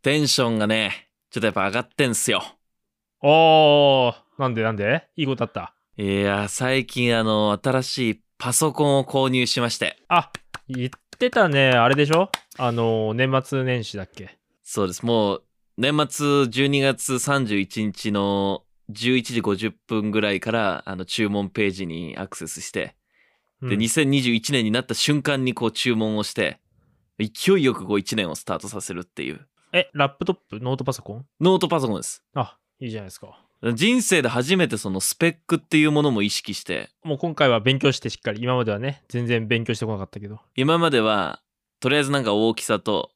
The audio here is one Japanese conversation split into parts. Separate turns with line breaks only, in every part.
テンションがね、ちょっとやっぱ上がってんすよ。
おー、なんでなんでいいことあった。
いやー、最近あの、新しいパソコンを購入しまして。
あ、言ってたね、あれでしょあのー、年末年始だっけ。
そうです。もう、年末12月31日の11時50分ぐらいから、あの、注文ページにアクセスして、
うん
で、2021年になった瞬間にこう注文をして、勢いよくこう1年をスタートさせるっていう、
え、ラップトップノートパソコン
ノートパソコンです。
あ、いいじゃないですか。
人生で初めてそのスペックっていうものも意識して、
もう今回は勉強してしっかり。今まではね、全然勉強してこなかったけど。
今まではとりあえずなんか大きさと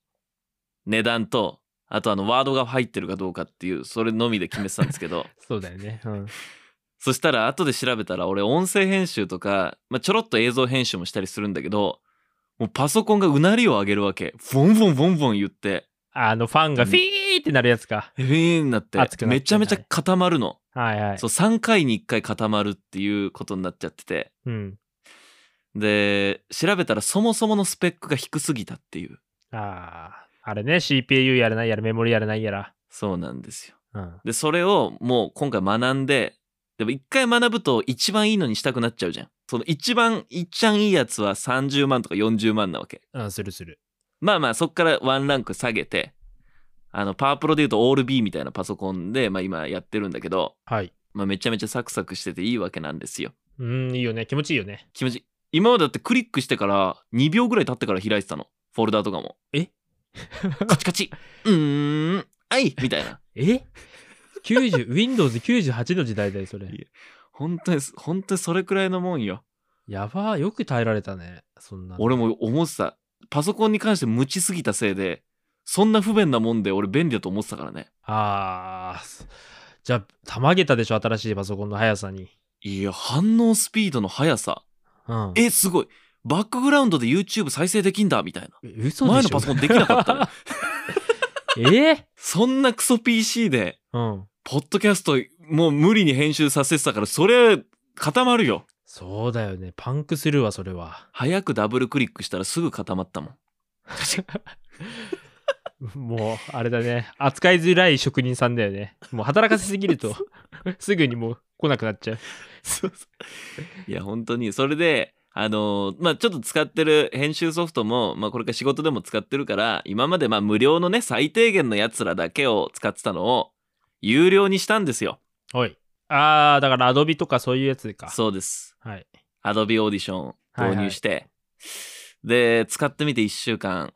値段とあとあのワードが入ってるかどうかっていうそれのみで決めてたんですけ ど
そうだよね。うん。
そしたら後で調べたら俺音声編集とか、まあ、ちょろっと映像編集もしたりするんだけどもうパソコンがうなりを上げるわけボンボンボンボン言って
あの、ファンが
うん
フィーってなるやつか。
えーになって
熱くなって
めちゃめちゃ固まるの、
はいはい。
そう3回に1回固まるっていうことになっちゃってて
うん。
で調べたらそもそものスペックが低すぎたっていう
あー、あれね、CPU やらないやら、メモリやらないやら。
そうなんですよ
うん。
で、それをもう今回学んで、でも一回学ぶと一番いいのにしたくなっちゃうじゃん。その一番いっちゃんいいやつは30万とか40万なわけ。
うん、するする。
まあまあそっからワンランク下げて、あのパワープロで言うとオール B みたいなパソコンで、まあ今やってるんだけど、
はい。
まあめちゃめちゃサクサクしてていいわけなんですよ。
うん、いいよね。気持ちいいよね。
気持ちいい。今までだってクリックしてから2秒ぐらい経ってから開いてたの。フォルダーとかも。
え
カチカチ。うーん。はいみたいな。
え 90 ?Windows98 の時代だよ、それ
いや本当に、本当にそれくらいのもんよ。
やば、よく耐えられたね。そんなの。
俺も思ってたパソコンに関して無知すぎたせいでそんな不便なもんで俺便利だと思ってたからね
ああ、すじゃあ、たまげたでしょ、新しいパソコンの速さに。
いや反応スピードの速さ
うん。
えすごいバックグラウンドで YouTube 再生できんだみたいな
嘘
前の
でしょ
パソコンできなかったの
え
そんなクソ PC で
うん。
ポッドキャストもう無理に編集させてたからそれ固まるよ
そうだよね。パンクするわ、そ れは。
早くダブルクリックしたらすぐ固まったもん
もう、あれだね。扱いづらい職人さんだよね。もう働かせすぎ ると、すぐにもう来なくなっちゃう。
そうそういや本当にそれであのーまあちょっと使ってる編集ソフトも、まあ、これから仕事でも使ってるから今までまあ無料のね最低限のやつらだけを使ってたのを有料にしたんですよ
おい。ああ、だから、アドビとかそういうやつか。
そうです
はい。
Adobe Audition 導入して、で使ってみて1週間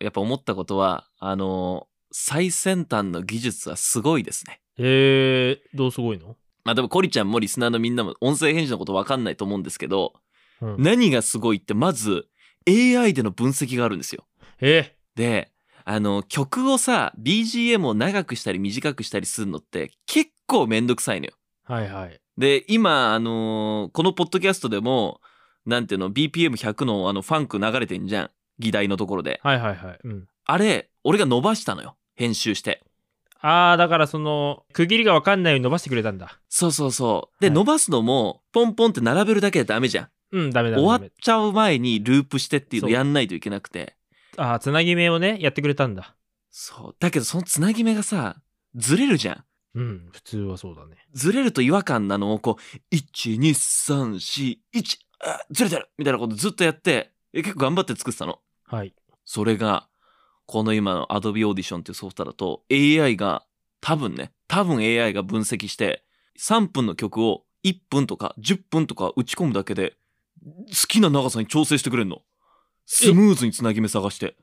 やっぱ思ったことはあのー最先端の技術はすごいですね
えー、どうすごいの
まあでもコリちゃんもリスナーのみんなも音声編集のこと分かんないと思うんですけど
うん、
何がすごいってまず AI での分析があるんですよ。
え
であの曲をさ BGM を長くしたり短くしたりするのって結構めんどくさいのよ。
ー、はいはい。
で今あのーこのポッドキャストでもなんていうの BPM100 のあのファンク流れてんじゃん議題のところで。
はいはいはい。うん。
あれ俺が伸ばしたのよ編集して。
ああ、だからその、区切りが分かんないように伸ばしてくれたんだ。
そうそうそう。で、
はい
伸ばすのもポンポンって並べるだけじゃダメじゃん。
うん、ダメだ。
終わ
ダメ
っちゃう前にループしてっていうの
そう
やんないといけなくて。
ああ、つなぎ目をね、やってくれたんだ。
そう。だけどそのつなぎ目がさ、ずれるじゃん。
うん、普通はそうだね。
ずれると違和感なのをこう、1、2、3、4、1、あ、ずれてるみたいなことずっとやって、え結構頑張って作ってたの。
はい。
それが、この今の Adobe Audition っていうソフトだと AI が、多分ね、多分 AI が分析して、3分の曲を1分とか10分とか打ち込むだけで、好きな長さに調整してくれるの。スムーズにつなぎ目探して。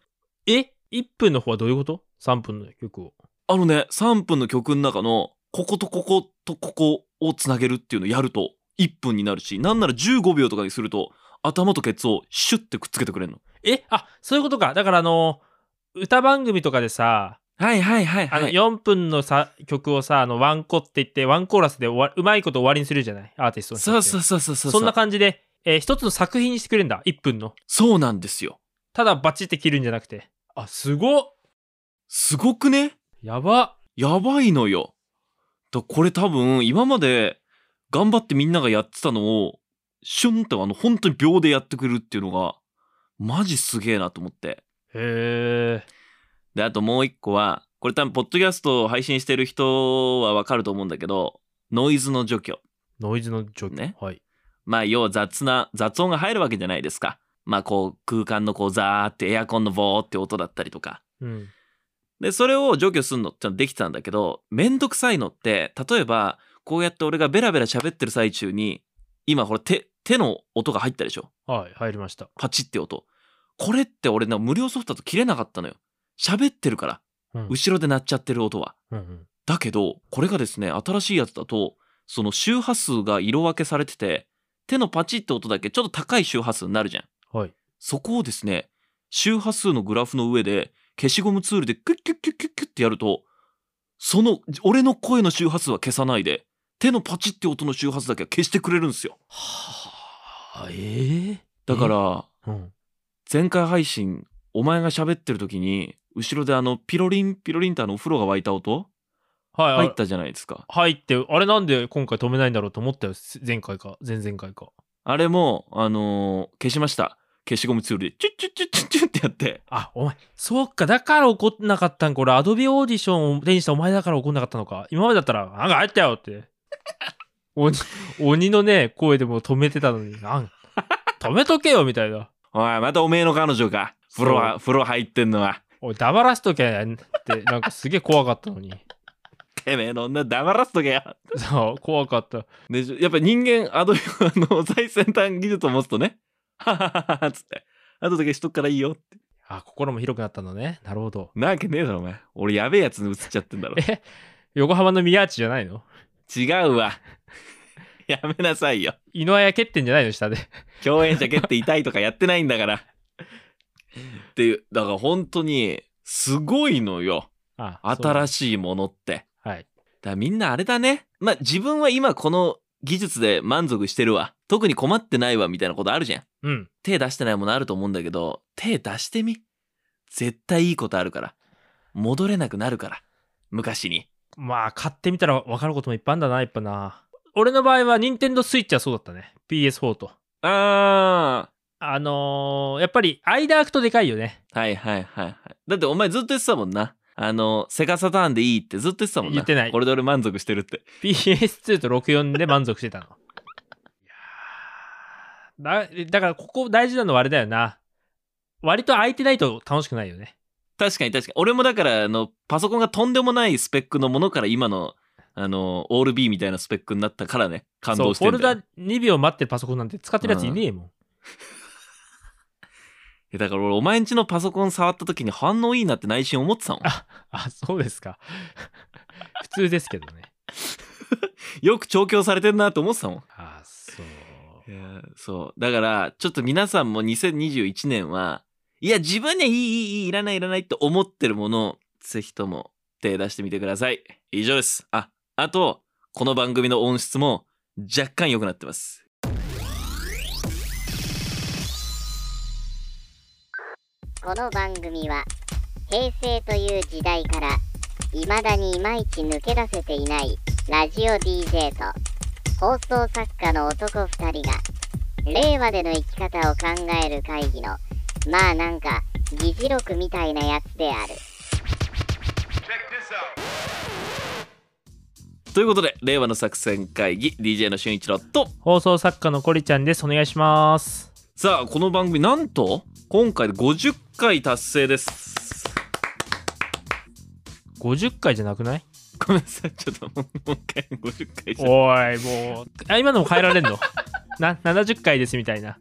え ?1 分の方はどういうこと ?3 分の曲を。
あのね、3分の曲の中の、こことこことここをつなげるっていうのをやると、1分になるし、なんなら15秒とかにすると、頭とケツをシュッてくっつけてくれるの。
えあ、そういうことか。だからあの、歌番組とかでさ、
はいはいはい
あの、
い。
4分のさ、曲をさ、あの、ワンコって言って、ワンコーラスで終わうまいこと終わりにするじゃないアーティストの人
そ
っ
う
て
そうそうそうそう。
そんな感じで、えー一つの作品にしてくれるんだ。1分の。
そうなんですよ。
ただバチって切るんじゃなくて。あ、すごっ
すごくね
やば
やばいのよ。だこれ多分、今まで頑張ってみんながやってたのを、シュンってあの、本当に秒でやってくれるっていうのが、マジすげえなと思って。
へえ。
で、あともう一個は、これ多分ポッドキャストを配信してる人はわかると思うんだけどノイズの除去
ノイズの除去。
ね
はい。
まあ要は雑な雑音が入るわけじゃないですかまあこう空間のこうザーってエアコンのボーって音だったりとか
うん。
でそれを除去するのってのはできてたんだけどめんどくさいのって例えばこうやって俺がベラベラ喋ってる最中に今ほら手手の音が入ったでしょ
はい、入りました。
パチって音これって俺の無料ソフトだと切れなかったのよ喋ってるから
うん。
後ろで鳴っちゃってる音は
うんうん
だけどこれがですね新しいやつだとその周波数が色分けされてて手のパチって音だけちょっと高い周波数になるじゃん
はい。
そこをですね周波数のグラフの上で消しゴムツールでキュッキュッキュッキュッキュッってやるとその俺の声の周波数は消さないで手のパチって音の周波数だけは消してくれるんですよ
はあ、ええ
だから
うん。
前回配信お前が喋ってる時に後ろであのピロリンピロリンってあのお風呂が沸いた音
はい、あ
入ったじゃないですか
入って、あれなんで今回止めないんだろうと思ったよ。前回か、前々回か。
あれも、あのー消しました。消しゴムツールで、チュッチュッチュッチュッチュッってやって、
あ、お前、そうか、だから怒んなかったんこれ、アドビオーディションを手にしたお前だから怒んなかったのか。今までだったら、あんが入ったよって。 鬼、鬼のね、声でもう止めてたのに、あん、止めとけよ、みたいな。
おい、またおめえの彼女か。風呂は、風呂入ってんのは。
おい、黙らしとけって、なんかすげえ怖かったのに。
てめえの女黙らせとけよ。
そう、怖かった。
で、じゃやっぱ人間、アドビューの最先端技術を持つとね、はははは、つって、後だけしとくからいいよって。
あ、心も広くなったのね。なるほど。
なわけねえだろ、お前。俺やべえやつに映っちゃってんだろ。
え、横浜の宮地じゃないの
違うわ。やめなさいよ。
井の綾蹴ってんじゃないの下で。
共演者蹴って痛いとかやってないんだから。っていう、だから本当に、すごいのよ。
あ、
新
しい。
しいものって。
はい。
だからみんなあれだね。まあ自分は今この技術で満足してるわ。特に困ってないわみたいなことあるじゃん。
うん。
手出してないものあると思うんだけど、手出してみ。絶対いいことあるから。戻れなくなるから。昔に。
まあ、買ってみたら分かることもいっぱいあんだな、やっぱな。俺の場合は、任天堂スイッチはそうだったね。PS4 と。
あ
あのー、やっぱり、間空くとでかいよね。
ー。はいはいはいはい。だってお前ずっと言ってたもんな。あの、セガサターンでいいってずっと言ってたもんな。
言ってない
これで俺満足してるって。
PS2 と64で満足してたの。いやーだだから、ここ大事なのはあれだよな。割と空いてないと楽しくないよね。
確かに確かに。俺もだから、あの、パソコンがとんでもないスペックのものから今の、あの、オール B みたいなスペックになったからね、感動して
そう、
る
フ
ん
ォル
だよ
ダ2秒待ってるパソコンなんて使ってるやついねえもん。
えだから俺、お前んちのパソコン触った時に反応いいなって内心思ってたもん。
あ、そうですか。 普通ですけどね。
よく調教されてんなって思ってたもん。
あ、そう。
いやーそう。だから、ちょっと皆さんも2021年は、いや、自分にはいい、いい、いい、いらない、いらないって思ってるものを、ぜひとも手出してみてください。以上です。あ、あと、この番組の音質も若干良くなってます。
この番組は平成という時代から未だにいまいち抜け出せていないラジオ DJ と放送作家の男2人が令和での生き方を考える会議のまあなんか議事録みたいなやつである。
ということで、令和の作戦会議、DJ の俊一郎と、
放送作家のコリちゃんです。お願いします。
さあ、この番組、なんと、今回で50回達成です。
50回じゃなくない
ごめんなさい、ちょっともうもう一回50回じゃ。
おい、もう。あ、今のも変えられんのな、70回ですみたいな。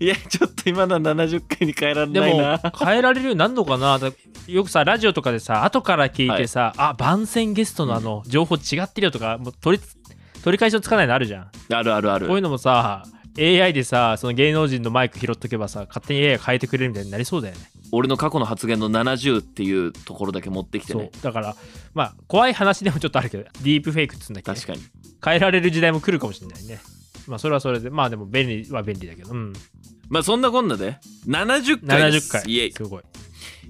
いや、ちょっと今のは70回に変えられ
で
ない
も
な。、
変えられるようになるのかなだよくさ、ラジオとかでさ、後から聞いてさ、あ、番宣ゲストのあの、情報違ってるよとか、もう取りつ、取り返しのつかないのあるじゃん。
あるあるある。
こういうのもさ、AI でさ、その芸能人のマイク拾っとけばさ、勝手に AI が変えてくれるみたいになりそうだよね。
俺の過去の発言の70っていうところだけ持ってきて
そ
ね
う。だから、まあ、怖い話でもちょっとあるけど、ディープフェイクっつうんだっけ
確かに
変えられる時代も来るかもしれないね。まあ、それはそれで、まあでも便利は便利だけど、うん。
まあそんなこんなで70回です
70回。
イエイ
すごい。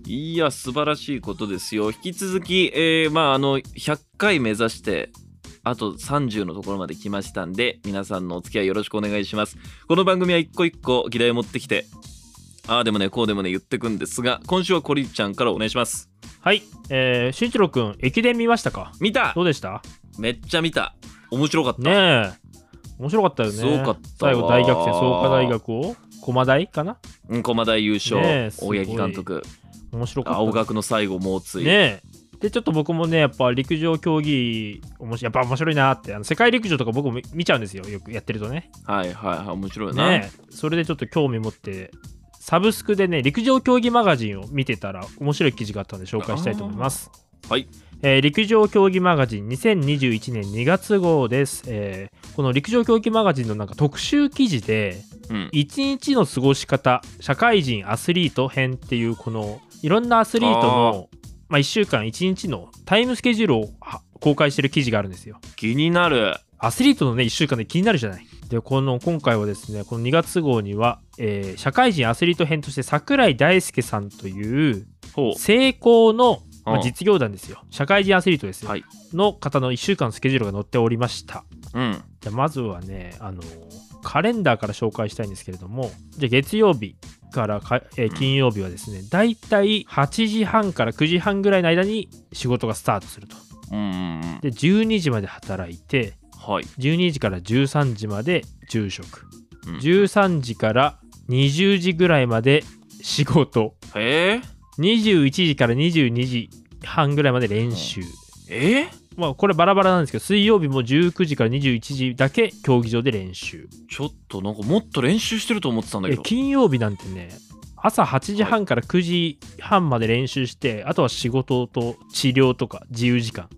いや素晴らしいことですよ引き続き、えーまああの100回目指してあと30のところまで来ましたんで皆さんのお付き合いよろしくお願いしますこの番組は一個一個議題を持ってきてああでもねこうでもね言ってくんですが今週はコリちゃんからお願いします
はい、えー、俊一郎くん、駅伝見ましたか
見た
どうでした
めっちゃ見た面白かった、
ねえ、面白かったよね。
すごかったわ
最後、大逆転、創価大学を、駒大かな
うん駒大優勝、
ねえすご
大
い
八木監督
面白かった。
青学の最後猛追、
ねえ。で、ちょっと僕もね、やっぱ陸上競技、おもしやっぱ面白いなって、あの世界陸上とか僕も見見ちゃうんですよ、よくやってるとね。
はいはいはい面白いな、
ねえそれでちょっと興味持って、サブスクでね、陸上競技マガジンを見てたら、面白い記事があったんで紹介したいと思います。
はい
えー陸上競技マガジン2021年2月号です、えーこの陸上競技マガジンのなんか特集記事で
うん
1日の過ごし方社会人アスリート編っていうこのいろんなアスリートのまあ、1週間1日のタイムスケジュールをは公開してる記事があるんですよ
気になる
アスリートのね1週間で気になるじゃないでこの今回はですねこの2月号には、えー社会人アスリート編として桜井大輔さんという
ほう
成功の、まあ
うん
実業団ですよ社会人アスリートですよ、
はい
の方の1週間のスケジュールが載っておりました
うん
じゃあまずはねあのカレンダーから紹介したいんですけれどもじゃあ月曜日からか、えー
うん
金曜日はですねだいたい8時半から9時半ぐらいの間に仕事がスタートすると
うんうんうん
で12時まで働いて
はい、
12時から13時まで昼食
うん、へ
13時から20時ぐらいまで仕事
え
21時から22時半ぐらいまで練習、
え
まあこれバラバラなんですけど水曜日も19時から21時だけ競技場で練習
ちょっとなんかもっと練習してると思ってたんだけ
え
ど
金曜日なんてね朝8時半から9時半まで練習して、あとは仕事と治療とか自由時間、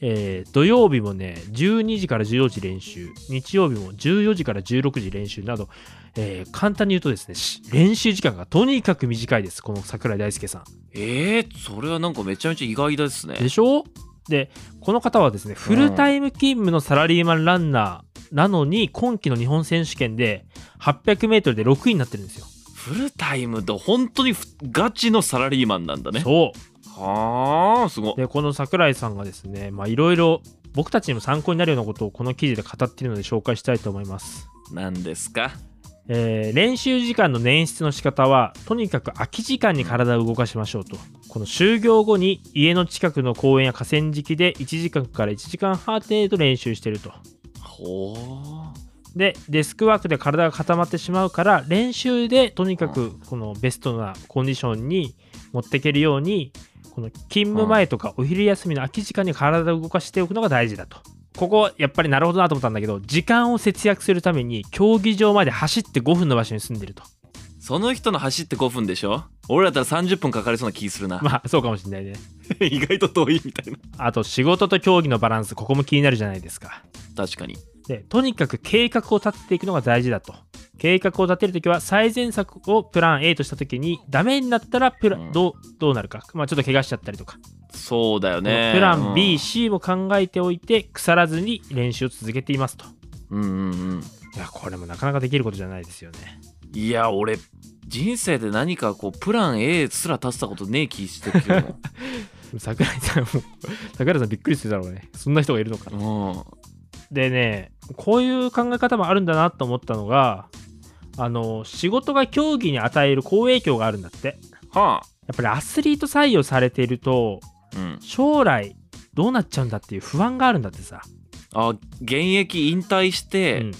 えー土曜日もね12時から14時練習日曜日も14時から16時練習など、えー簡単に言うとですねし練習時間がとにかく短いですこの桜井大輔さん
えー、それはなんかめちゃめちゃ意外ですね
でしょでこの方はですねフルタイム勤務のサラリーマンランナーなのに今季の日本選手権で 800m で6位になってるんですよ。
フルタイムで本当にふガチのサラリーマンなんだね
そ
はあすごいう
でこの桜井さんがですねまあいろいろ僕たちにも参考になるようなことをこの記事で語っているので紹介したいと思います。
何ですか
えー練習時間の捻出の仕方はとにかく空き時間に体を動かしましょうとこの就業後に家の近くの公園や河川敷で1時間から1時間半程度練習してると
ほう
でデスクワークで体が固まってしまうから練習でとにかくこのベストなコンディションに持っていけるようにこの勤務前とかお昼休みの空き時間に体を動かしておくのが大事だとここやっぱりなるほどなと思ったんだけど時間を節約するために競技場まで走って5分の場所に住んでると
その人の走って5分でしょ俺だったら30分かかりそうな気するな、
まあそうかもしれないね
意外と遠いみたいな
あと仕事と競技のバランスここも気になるじゃないですか
確かに
でとにかく計画を立てていくのが大事だと計画を立てるときは最善策をプラン A としたときにダメになったらプラ、
うん
どうどうなるか、まあ、ちょっと怪我しちゃったりとか、
そうだよね
プラン
う
BC も考えておいて腐らずに練習を続けていますと
んうんうんうん
いやこれもなかなかできることじゃないですよね
いや俺人生で何かこうプラン A すら立てたことねえ気してるけ
桜井さんも 桜井さんびっくりするだろうねそんな人がいるのか
ども
でねこういう考え方もあるんだなと思ったのがあの仕事が競技に与える好影響があるんだって
うんはあ
やっぱりアスリート採用されていると
うん、
将来どうなっちゃうんだっていう不安があるんだってさ、
あ現役引退して、
うん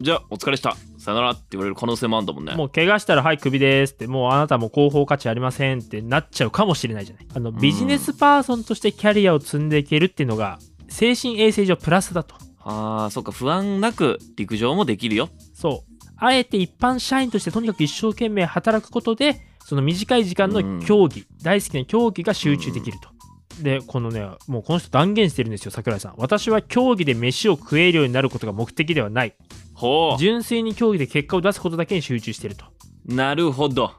じゃあお疲れしたさよならって言われる可能性もあるんだもんね
もう怪我したらはいクビですってもうあなたもう広報価値ありませんってなっちゃうかもしれないじゃないあの
ん
ビジネスパーソンとしてキャリアを積んでいけるっていうのが精神衛生上プラスだと
あーそっか不安なく陸上もできるよ
そうあえて一般社員としてとにかく一生懸命働くことでその短い時間の競技、大好きな競技が集中できると。でこのねもうこの人断言してるんですよ桜井さん私は競技で飯を食えるようになることが目的ではない
ほ
純粋に競技で結果を出すことだけに集中してると
うなるほど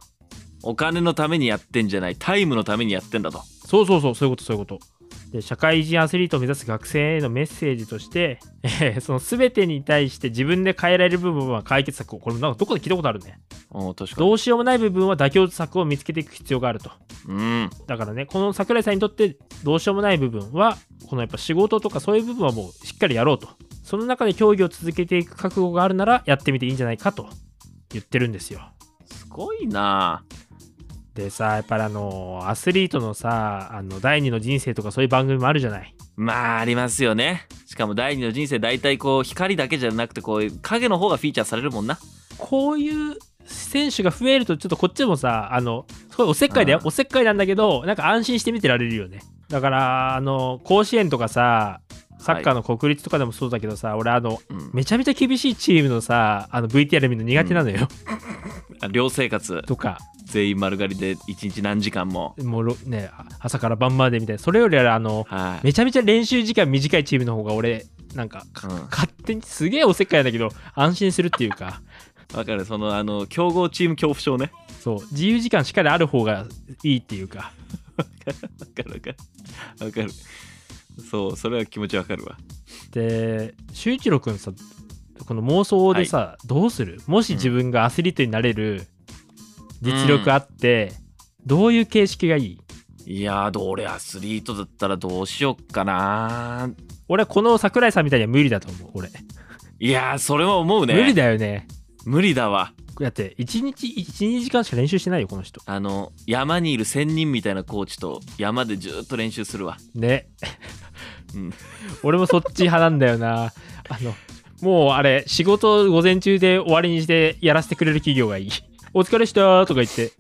お金のためにやってんじゃないタイムのためにやってんだと
そうそうそうそういうことそういうことで社会人アスリートを目指す学生へのメッセージとして、えーその全てに対して自分で変えられる部分は解決策をこれもなんかどこで聞いたことあるね
お確かに
どうしようもない部分は妥協策を見つけていく必要があると
うん
だからねこの桜井さんにとってどうしようもない部分はこのやっぱ仕事とかそういう部分はもうしっかりやろうとその中で競技を続けていく覚悟があるならやってみていいんじゃないかと言ってるんですよ
すごいな
でさやっぱりあのアスリートのさあの第二の人生とかそういう番組もあるじゃない
まあありますよねしかも第二の人生大体こう光だけじゃなくてこういう影の方がフィーチャーされるもんな
こういう選手が増えるとちょっとこっちもさあのすごいおせっかいだよ、
うん
おせっかいなんだけどなんか安心して見てられるよねだからあの甲子園とかさサッカーの国立とかでもそうだけどさ、俺あの
うん
めちゃめちゃ厳しいチームのさあの VTR 見るの苦手なのよ、
あ寮生活
とか
全員丸刈りで一日何時間も
もうろね朝から晩までみたいなそれよりはあの
はい
めちゃめちゃ練習時間短いチームの方が俺なんかか
うん
勝手にすげえおせっかいなんだけど安心するっていうか
わかるそのあの強豪チーム恐怖症ね
そう自由時間しっかりある方がいいっていうか
わかるわかるわかるそうそれは気持ちわかるわ
で秀一郎君さこの妄想でさ、どうするもし自分がアスリートになれる実力あって、どういう形式がいい
いやーどれアスリートだったらどうしよっかな
俺はこの桜井さんみたいには無理だと思う俺、
いやーそれは思うね
無理だよね
無理だわ
だって1日12時間しか練習してないよこの人
あの山にいる仙人みたいなコーチと山でずーっと練習するわ
ね、
うん
俺もそっち派なんだよな あのもうあれ仕事午前中で終わりにしてやらせてくれる企業がいい お疲れしたとか言って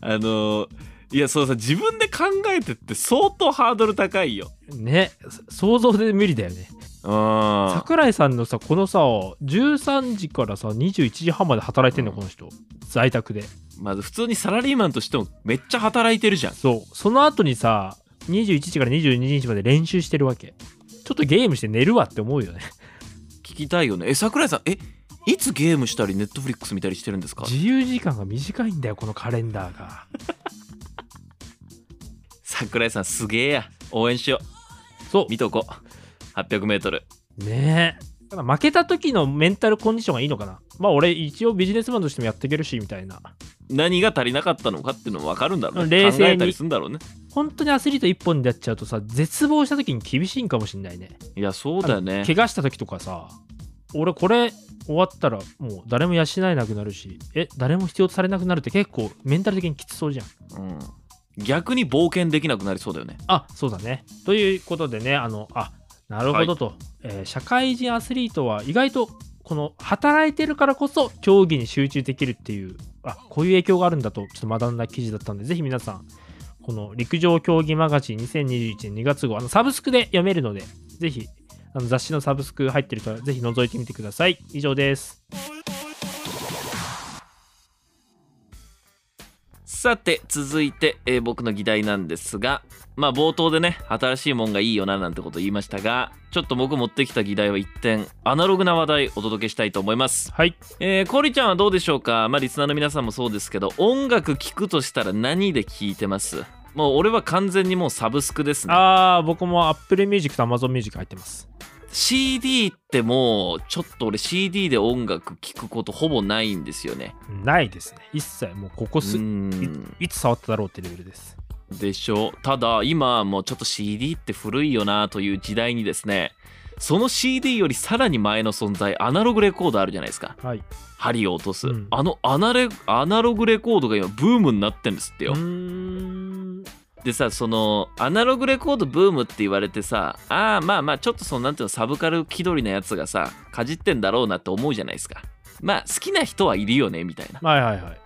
あのーいやそうさ自分で考えてって相当ハードル高いよ
ね想像で無理だよね
うんさ
桜井さんのさこのさ13時からさ21時半まで働いてんの
うん
この人在宅で
まず普通にサラリーマンとしてもめっちゃ働いてるじゃん
そうその後にさ21時から22時まで練習してるわけちょっとゲームして寝るわって思うよね
聞きたいよねえ桜井さんえいつゲームしたりネットフリックス見たりしてるんですか
自由時間が短いんだよこのカレンダーが
桜井さんすげえや応援しよ
そう
う見とこ 800m
ねえ。ただ負けた時のメンタルコンディションがいいのかなまあ俺一応ビジネスマンとしてもやっていけるしみたいな
何が足りなかったのかっていうのも分かるんだろうね
冷静に
考えたりするんだろうね
本当にアスリート一本になっちゃうとさ絶望した時に厳しいんかもしんないね
いやそうだよね
怪我した時とかさ俺これ終わったらもう誰も養えなくなるしえ誰も必要とされなくなるって結構メンタル的にきつそうじゃん
うん、逆に冒険できなくなりそうだよね
あそうだねということでねあのあなるほどと、えー社会人アスリートは意外とこの働いてるからこそ競技に集中できるっていうあこういう影響があるんだとちょっと学んだ記事だったんでぜひ皆さんこの陸上競技マガジン2021年2月号あのサブスクで読めるのでぜひあの雑誌のサブスク入ってるからぜひ覗いてみてください以上です
さて続いて、えー僕の議題なんですがまあ冒頭でね新しいもんがいいよななんてこと言いましたがちょっと僕持ってきた議題は一点アナログな話題お届けしたいと思います
はい
えー、コリちゃんはどうでしょうかまあリスナーの皆さんもそうですけど音楽聴くとしたら何で聴いてますもう俺は完全にもうサブスクですね
あー僕も Apple Music と Amazon Music 入ってます
CD ってもうちょっと俺 CD で音楽聴くことほぼないんですよね
ないですね一切もうここ
う
す
ん
いつ触っただろうってレベルです
でしょうただ今もうちょっと CD って古いよなという時代にですねその CD よりさらに前の存在アナログレコードあるじゃないですか
はい
針を落とす、
うん
あのアナレアナログレコードが今ブームになってんですってよ、
うーん
でさそのアナログレコードブームって言われてさあーまあまあちょっとそのなんていうのサブカル気取りなやつがさかじってんだろうなって思うじゃないですかまあ好きな人はいるよねみたいな
はいはいはい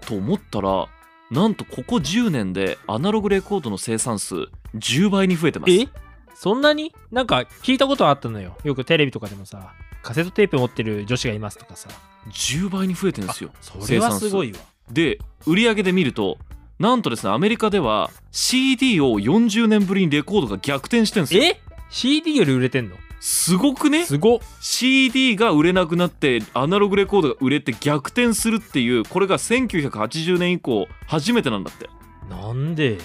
と思ったらなんとここ10年でアナログレコードの生産数10倍に増えてます
えそんなになんか聞いたことあったのよよくテレビとかでもさカセットテープ持ってる女子がいますとかさ
10倍に増えてるんですよ
それはすごいわ
で売り上げで見るとなんとですねアメリカでは CD を40年ぶりにレコードが逆転してるんですよ
え CD より売れてんの
すごくね
すごっ
CD が売れなくなってアナログレコードが売れて逆転するっていうこれが1980年以降初めてなんだって
なんで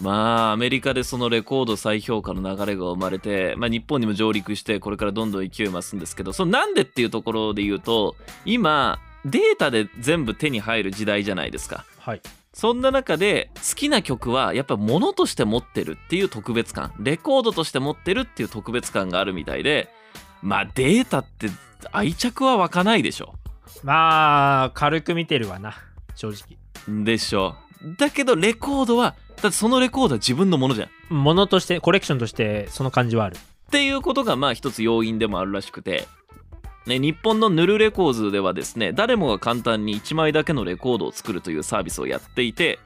まあアメリカでそのレコード再評価の流れが生まれて、まあ、日本にも上陸してこれからどんどん勢い増すんですけどそのなんでっていうところで言うと今データで全部手に入る時代じゃないですか
はい
そんな中で好きな曲はやっぱ物として持ってるっていう特別感レコードとして持ってるっていう特別感があるみたいでまあデータって愛着は湧かないでしょ
まあ、軽く見てるわな、正直。
でしょだけどレコードはだってそのレコードは自分のものじゃんっ
ものとして、コレクションとして、その感じはある。
ていうことがまあ一つ要因でもあるらしくて、ね、日本のヌルレコーズではですね誰もが簡単に1枚だけのレコードを作るというサービスをやっていて、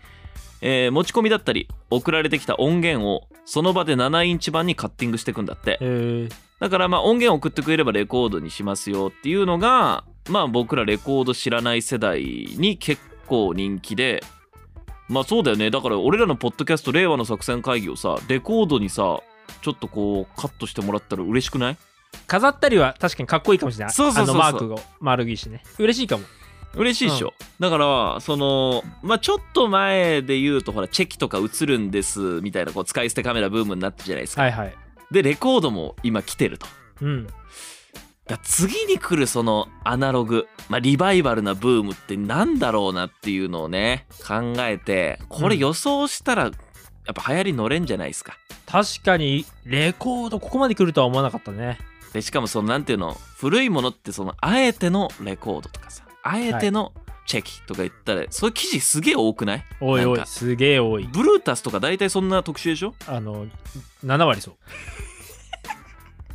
えー持ち込みだったり送られてきた音源をその場で7インチ版にカッティングしていくんだって
えー、
だからまあ音源送ってくれればレコードにしますよっていうのがまあ僕らレコード知らない世代に結構人気でまあそうだよねだから俺らのポッドキャスト令和の作戦会議をさレコードにさちょっとこうカットしてもらったら嬉しくない
飾ったりは確かにかっこいいかもしれない。
そうそうそうそう
あのマークが丸いしね。嬉しいかも。
嬉しいっしょ、だからそのまあちょっと前で言うとほらチェキとか映るんですみたいなこう使い捨てカメラブームになったじゃないですか、
はいはい。
でレコードも今来てると
うん。
だから次に来るそのアナログ、まあ、リバイバルなブームってなんだろうなっていうのをね考えてこれ
うん
予想したらやっぱ流行り乗れんじゃないですか。
確かに、レコードここまで来るとは思わなかったね。
でしかもそのなんていうの古いものってそのあえてのレコードとかさあえてのチェキとか言ったら、そういう記事すげえ多くない
おいお
なん
い、
か
すげえ多い。
ブルータスとか大体そんな特集でしょ
あの、7割そう。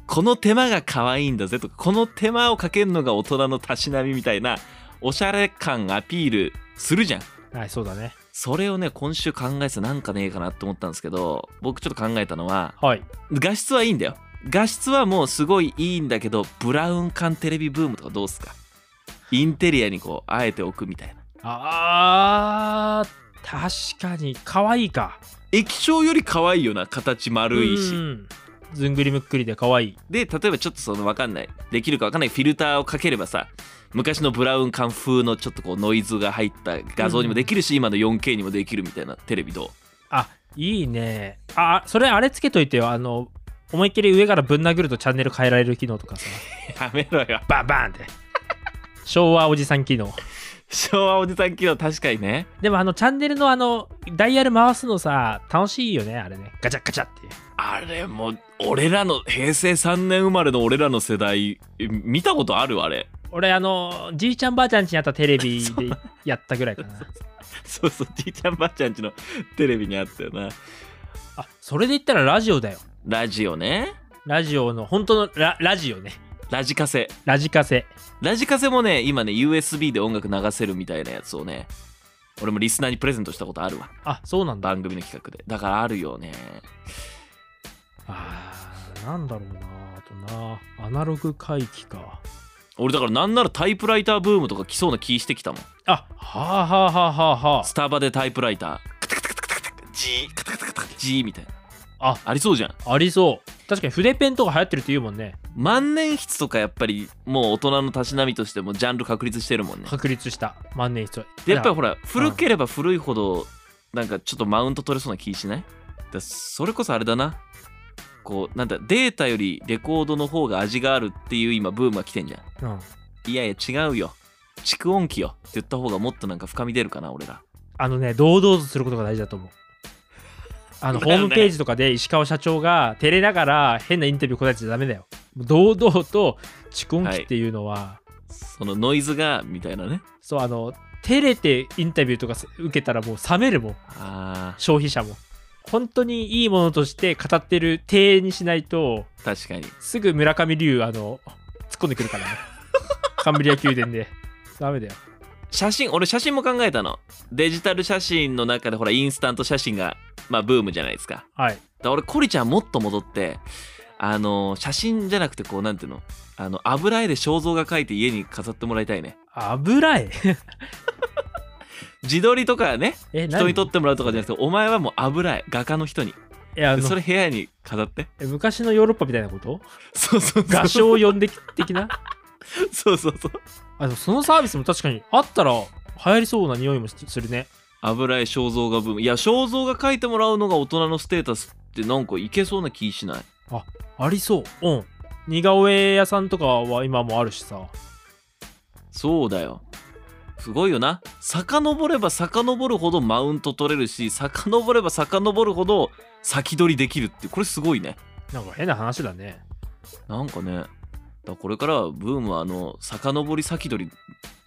この手間が可愛いんだぜとかこの手間をかけるのが大人のたしなみみたいなおしゃれ感アピールするじゃん。
はい、そうだね。
それをね今週考えてたなんかねえかなって思ったんですけど僕ちょっと考えたのは
はい。
画質はいいんだよ画質はもうすごいいいんだけどブラウン管テレビブームとかどうっすかインテリアにこうあえて置くみたいな
あー、確かに、可愛いか。
液晶より可愛いよな形丸いうし
ん。ずんぐりむっくりで可愛い。
で例えばちょっとその分かんないできるか分かんないフィルターをかければさ昔のブラウン管風のちょっとこうノイズが入った画像にもできるし、今の 4K にもできるみたいなテレビどう
あ、いいね。あ、それあれつけといてよ。あの、思いっきり上からぶん殴るとチャンネル変えられる機能とかさ。
やめろよ
バンバンって。昭和おじさん機能。
昭和おじさん機能確かにね
でもあのチャンネルのあのダイヤル回すのさ楽しいよねあれねガチャガチャっていう
あれもう俺らの平成3年生まれの俺らの世代え見たことあるあれ
俺あのじいちゃんばあちゃんちにあったテレビでやったぐらいかな
そうそうじいちゃんばあちゃんちのテレビにあったよな
あそれで言ったらラジオだよ
ラジオね
ラジオの本当のララジオね
ラジカセ
ラジカセ
ラジカセもね今ね USB で音楽流せるみたいなやつをね俺もリスナーにプレゼントしたことあるわ
あそうなんだ
番組の企画でだからあるよね
あーなんだろうなあとなアナログ回帰か
俺だからなんならタイプライターブームとか来そうな気してきたもん
あはあはあはあはあは
スタバでタイプライターカタカタカタカタカタジーカタカタカタジーみたいな
あ
ありそうじゃん
あありそう確かに筆ペンとか流行ってるって言うもんね
万年筆とかやっぱりもう大人のたしなみとしてもジャンル確立してるもんね
確立した万年筆は
でやっぱりほら古ければ古いほどなんかちょっとマウント取れそうな気しないだそれこそあれだなこうなんだデータよりレコードの方が味があるっていう今ブームが来てんじゃ
うん
んいやいや違うよ蓄音機よって言った方がもっとなんか深み出るかな俺ら
あのね、堂々とすることが大事だと思う。あの、
だ
ホ
よね
ームページとかで石川社長が照れながら変なインタビュー答えちゃダメだよ。堂々と蓄音機っていうのは、
そのノイズがみたいなね
そう、あの、照れてインタビューとか受けたらもう冷めるもん、
あ
消費者も。本当にいいものとして語ってる体にしないと、
ー確かに
すぐ村上龍、あの、突っ込んでく るからね。カンブリア宮殿で。ダメだよ。
写真俺写真も考えたのデジタル写真の中でほらインスタント写真がまあブームじゃないですか
は
だ
い。
から俺コリちゃんもっと戻ってあの写真じゃなくてこうなんていうのあの油絵で肖像画描いて家に飾ってもらいたいね
油絵
自撮りとかね
え、何
人に撮ってもらうとかじゃなくてお前はもう油絵画家の人に
いやあ
で
の
それ部屋に飾って
え昔のヨーロッパみたいなこと
そうそうそう
画商呼んでき的な
そうそうそう
あでもそのサービスも確かにあったら流行りそうな匂いもしするね
油絵肖像画ブームいや肖像画描いてもらうのが大人のステータスってなんかいけそうな気しない
ありそううん似顔絵屋さんとかは今もあるしさ
そうだよ。すごいよな。遡れば遡るほどマウント取れるし、遡れば遡るほど先取りできるって、これすごいね。
なんか変な話だね
なんかね、からこれからはブームはあの遡り先取り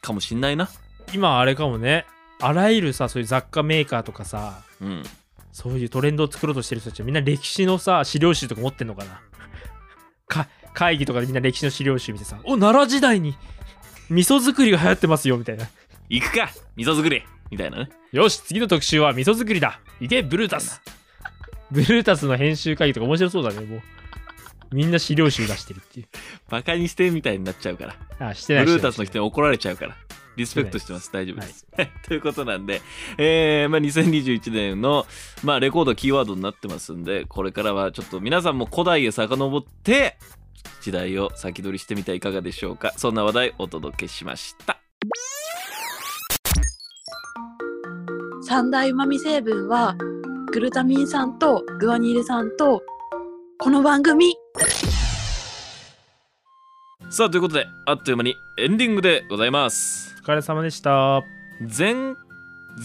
かもしんないな
今あれかもねあらゆるさそういう雑貨メーカーとかさ
うん
そういうトレンドを作ろうとしてる人たちはみんな歴史のさ資料集とか持ってんのかな か会議とかでみんな歴史の資料集見てさ「お奈良時代に味噌作りが流行ってますよ」みたいな
行くか味噌作りみたいなね
「よし次の特集は味噌作りだ行けブルータス」ブルータスの編集会議とか面白そうだねもうみんな資料集出してるっていう
バカにしてみたいになっちゃうから
あしてない
ブルータスの
して
人に怒られちゃうから。リスペクトしてます。大丈夫です。 ということなんで、えーまあ、2021年の、まあ、レコードキーワードになってますんで、これからはちょっと皆さんも古代へ遡って、時代を先取りしてみてはいかがでしょうか。そんな話題お届けしました。
三大旨味成分はグルタミン酸とグアニル酸とこの番組
さあ、ということで、あっという間にエンディングでございます。
お疲れ様でした
前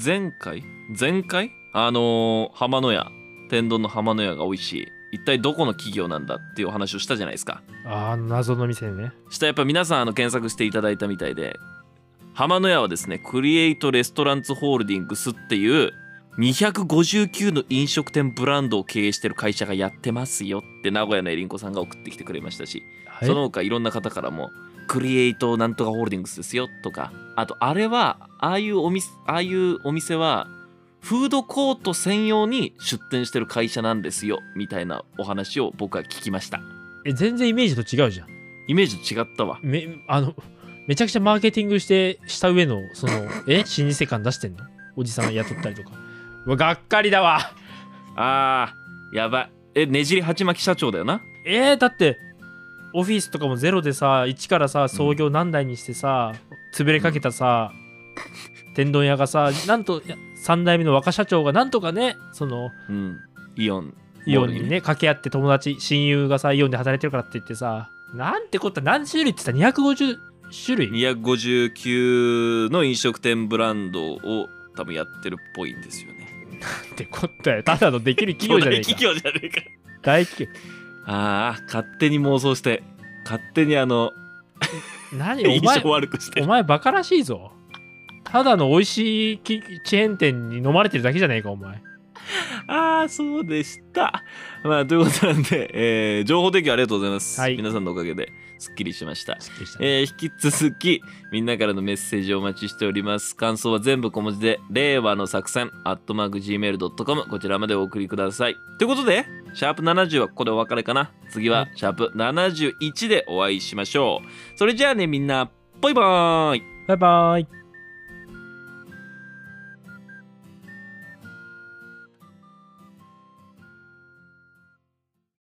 前回前回あのー浜野屋天丼の浜野屋が美味しい一体どこの企業なんだっていうお話をしたじゃないですか
あー謎の店ね
したらやっぱ皆さんあの検索していただいたみたいで浜野屋はですねクリエイト・レストランツ・ホールディングスっていう259の飲食店ブランドを経営してる会社がやってますよって名古屋のエリンコさんが送ってきてくれましたし
はい
その他いろんな方からも「クリエイトなんとかホールディングスですよ」とかあとあれはああいうお店ああいうお店はフードコート専用に出店してる会社なんですよみたいなお話を僕は聞きました
え全然イメージと違うじゃん
イメージと違ったわ
めあのめちゃくちゃマーケティングしてした上のそのえ老舗感出してんのおじさん雇ったりとかうわがっかりだわ
あーやばいえねじり鉢巻き社長だよな
えー、だってオフィスとかもゼロでさ一からさ創業何代にしてさ、潰れかけたさ、天丼屋がさなんと3代目の若社長がなんとかねその
うんイオン
イオンにね掛け合って友達親友がさイオンで働いてるからって言ってさなんてこと何種類って言った250種類
259の飲食店ブランドを多分やってるっぽいんですよね
ってことだよただのできる企業じゃねえか
巨大企業じゃねえか
大企業
ああ勝手に妄想して勝手にあの
何
印
お前
象悪くして
お前バカらしいぞただの美味しいきチェーン店に飲まれてるだけじゃねえかお前
ああそうでしたまあということなんで、えー情報提供ありがとうございます、
はい
皆さんのおかげですっきりしました
すっきりした
えー引き続きみんなからのメッセージをお待ちしております感想は全部小文字で「令和の作戦」「アットマーク Gmail.com」こちらまでお送りくださいということでシャープ70はここでお別れかな次はシャープ71でお会いしましょうそれじゃあねみんなバイバーイ
バイバイ